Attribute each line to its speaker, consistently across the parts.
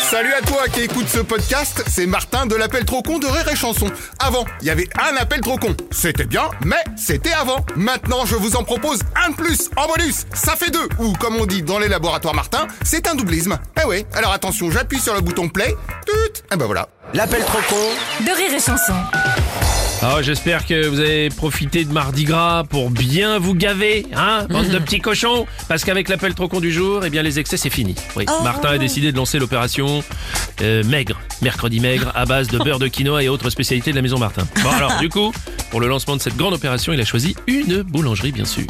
Speaker 1: Salut à toi qui écoute ce podcast, c'est Martin de l'appel trop con de Rire et Chanson. Avant, il y avait un appel trop con. C'était bien, mais c'était avant. Maintenant, je vous en propose un de plus en bonus. Ça fait deux, ou comme on dit dans les laboratoires Martin, c'est un doublisme. Eh ouais, alors attention, j'appuie sur le bouton play. Tut Eh ben voilà.
Speaker 2: L'appel trop con
Speaker 3: de rire et chanson.
Speaker 4: Ah, j'espère que vous avez profité de Mardi Gras pour bien vous gaver, hein, bande de petits cochons. Parce qu'avec l'appel trop con du jour, eh bien les excès c'est fini. Oui, Martin a décidé de lancer l'opération euh, maigre, mercredi maigre, à base de beurre de quinoa et autres spécialités de la maison Martin. Bon alors, du coup, pour le lancement de cette grande opération, il a choisi une boulangerie, bien sûr.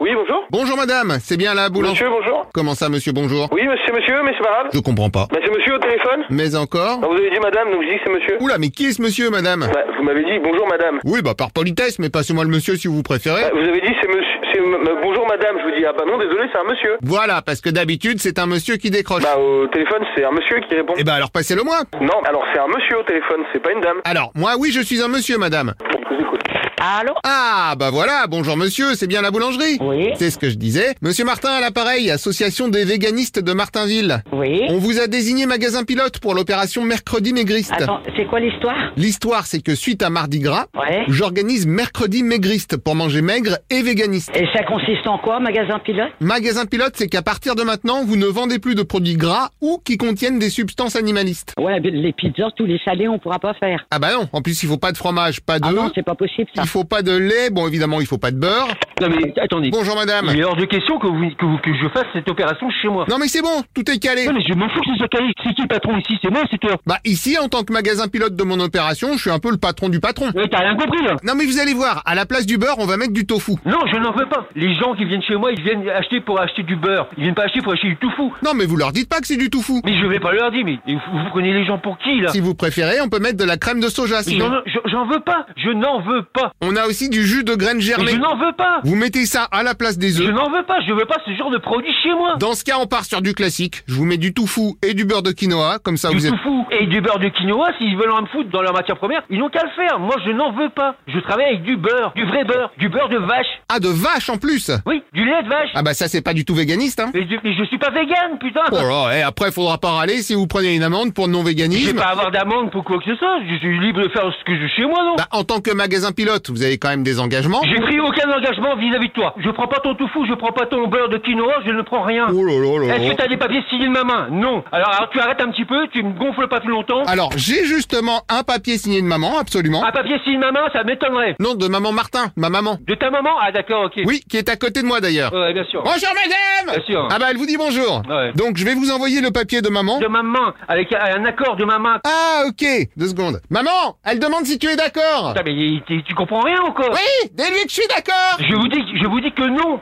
Speaker 5: Oui, bonjour.
Speaker 1: Bonjour madame, c'est bien la boulangerie.
Speaker 5: Monsieur, bonjour.
Speaker 1: Comment ça monsieur, bonjour
Speaker 5: Oui, monsieur, monsieur, mais c'est pas grave.
Speaker 1: Je comprends pas.
Speaker 5: Bah, c'est monsieur au téléphone
Speaker 1: Mais encore
Speaker 5: Non, Vous avez dit madame, donc je dis que c'est monsieur.
Speaker 1: Oula, mais qui est ce monsieur madame
Speaker 5: Bah, vous m'avez dit bonjour madame.
Speaker 1: Oui, bah par politesse, mais passez-moi le monsieur si vous préférez.
Speaker 5: Bah, vous avez dit c'est monsieur, c'est m- m- bonjour madame. Je vous dis, ah bah non, désolé, c'est un monsieur.
Speaker 1: Voilà, parce que d'habitude, c'est un monsieur qui décroche.
Speaker 5: Bah, au téléphone, c'est un monsieur qui répond.
Speaker 1: Eh ben alors passez-le moi.
Speaker 5: Non, alors c'est un monsieur au téléphone, c'est pas une dame.
Speaker 1: Alors, moi oui, je suis un monsieur madame.
Speaker 5: Je vous écoute.
Speaker 6: Allô
Speaker 1: Ah, bah voilà, bonjour monsieur, c'est bien la boulangerie
Speaker 6: Oui.
Speaker 1: C'est ce que je disais. Monsieur Martin à l'appareil, association des véganistes de Martinville.
Speaker 6: Oui.
Speaker 1: On vous a désigné magasin pilote pour l'opération Mercredi Maigriste.
Speaker 6: Attends, c'est quoi l'histoire
Speaker 1: L'histoire, c'est que suite à Mardi Gras,
Speaker 6: Ouais.
Speaker 1: j'organise Mercredi Maigriste pour manger maigre et véganiste.
Speaker 6: Et ça consiste en quoi, magasin pilote
Speaker 1: Magasin pilote, c'est qu'à partir de maintenant, vous ne vendez plus de produits gras ou qui contiennent des substances animalistes.
Speaker 6: Ouais, ben, les pizzas, tous les salés, on pourra pas faire.
Speaker 1: Ah bah non, en plus il faut pas de fromage, pas
Speaker 6: Ah
Speaker 1: d'œufs,
Speaker 6: non, c'est pas possible ça.
Speaker 1: il faut pas de lait, bon évidemment il faut pas de beurre.
Speaker 7: Non mais attendez,
Speaker 1: Bonjour madame.
Speaker 7: il est hors de question que, vous, que, vous- que je fasse cette opération chez moi.
Speaker 1: Non mais c'est bon, tout est calé.
Speaker 7: Non mais je m'en fous que ce soit calé, c'est qui le patron ici C'est moi ou c'est toi
Speaker 1: Bah ici, en tant que magasin pilote de mon opération, je suis un peu le patron du patron.
Speaker 7: Ouais t'as rien compris là
Speaker 1: Non mais vous allez voir, à la place du beurre, on va mettre du tofu.
Speaker 7: Non je n'en veux pas Les gens qui viennent chez moi, ils viennent acheter pour acheter du beurre, ils viennent pas acheter pour acheter du tofu
Speaker 1: Non mais vous leur dites pas que c'est du tofu.
Speaker 7: Mais je vais pas leur dire, mais vous, vous prenez les gens pour qui là
Speaker 1: Si vous préférez, on peut mettre de la crème de soja.
Speaker 7: Mais
Speaker 1: sinon.
Speaker 7: j'en- je- J'en veux pas Je n'en veux pas
Speaker 1: On a aussi du jus de graines
Speaker 7: Mais
Speaker 1: germées.
Speaker 7: je n'en veux pas
Speaker 1: Vous mettez ça à la place des
Speaker 7: Je
Speaker 1: œufs.
Speaker 7: n'en veux pas, je veux pas ce genre de produit chez moi
Speaker 1: Dans ce cas, on part sur du classique. Je vous mets du tofu et du beurre de quinoa, comme ça
Speaker 7: Du
Speaker 1: vous êtes...
Speaker 7: tofu et du beurre de quinoa, s'ils veulent en foutre dans leur matière première, ils n'ont qu'à le faire. Moi, je n'en veux pas. Je travaille avec du beurre, du vrai beurre, du beurre de vache.
Speaker 1: Ah, de vache en plus
Speaker 7: Oui, du lait de vache.
Speaker 1: Ah bah ça, c'est pas du tout véganiste, hein
Speaker 7: Mais, je- mais je suis pas vegan, putain
Speaker 1: Oh là, et après, faudra pas râler si vous prenez une amende pour
Speaker 7: Je vais
Speaker 1: non-véganisme.
Speaker 7: pas avoir d'amende pour quoi que ce soit. Je suis libre de faire ce que je veux chez moi, non
Speaker 1: Bah, oh. en tant que magasin pilote, vous avez quand même des engagements.
Speaker 7: J'ai pris aucun engagement vis-à-vis de toi. Je prends pas ton tofu, je prends pas ton beurre de quinoa, je ne prends rien.
Speaker 1: Oh là là là
Speaker 7: Est-ce
Speaker 1: là.
Speaker 7: que t'as des papiers signés de ma main Non. Alors, alors, tu arrêtes un petit peu, tu me gonfles pas plus longtemps.
Speaker 1: Alors, j'ai justement un papier signé de maman, absolument.
Speaker 7: Un papier signé de ma main, ça m'étonnerait.
Speaker 1: Non, de maman Martin, ma maman.
Speaker 7: De ta maman Ah d'accord, ok.
Speaker 1: Oui, Oh. qui est à côté de moi d'ailleurs.
Speaker 7: Ouais, bien sûr.
Speaker 1: Bonjour madame
Speaker 7: Euh. Bien sûr.
Speaker 1: Ah bah elle vous dit bonjour.
Speaker 7: Ouais.
Speaker 1: Donc je vais vous envoyer le papier de maman.
Speaker 7: De ma main, avec un- un accord de ma main.
Speaker 1: Ah ok, deux secondes. Maman, elle demande si tu es d'accord.
Speaker 7: Putain, mais il- il- tu comprends rien ou quoi
Speaker 1: Oui, dis-lui que je suis d'accord.
Speaker 7: Je vous dis, je vous dis que non.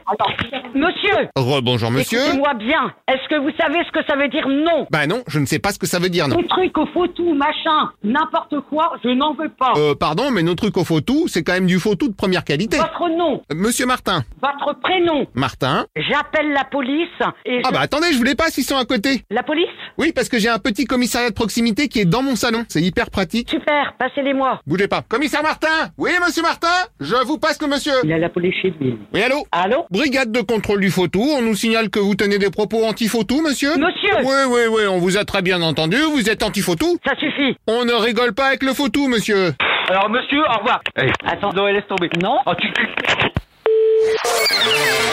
Speaker 6: Monsieur
Speaker 1: Rebonjour monsieur.
Speaker 6: Écoutez-moi bien. Est-ce que vous savez ce que ça veut dire non
Speaker 1: Bah non, je ne sais pas ce que ça veut dire non.
Speaker 6: Ces trucs au faux tout, machin, n'importe quoi, je n'en veux pas.
Speaker 1: Euh, pardon, mais nos trucs au faux tout, c'est quand même du faux tout de première qualité.
Speaker 6: Votre nom,
Speaker 1: Euh, Monsieur Martin.
Speaker 6: votre prénom.
Speaker 1: Martin.
Speaker 6: J'appelle la police et
Speaker 1: Ah
Speaker 6: je-
Speaker 1: bah attendez, je voulais pas s'ils sont à côté.
Speaker 6: La police
Speaker 1: Oui, parce que j'ai un petit commissariat de proximité qui est dans mon salon. C'est hyper pratique.
Speaker 6: Super, passez-les-moi.
Speaker 1: Bougez pas. Commissaire Martin Oui, monsieur Martin Je vous passe le monsieur.
Speaker 6: Il a la police chez lui.
Speaker 1: Oui, allô
Speaker 6: Allô
Speaker 1: Brigade de contrôle du fautou, on nous signale que vous tenez des propos anti-fautou, monsieur
Speaker 6: Monsieur
Speaker 1: Oui, oui, oui, on vous a très bien entendu, vous êtes anti-fautou.
Speaker 6: Ça suffit.
Speaker 1: On ne rigole pas avec le fautou, monsieur. Eh,
Speaker 7: Alors monsieur, au revoir.
Speaker 6: Attends.
Speaker 7: Non, laisse tomber.
Speaker 6: Non
Speaker 7: Oh, tu- tu-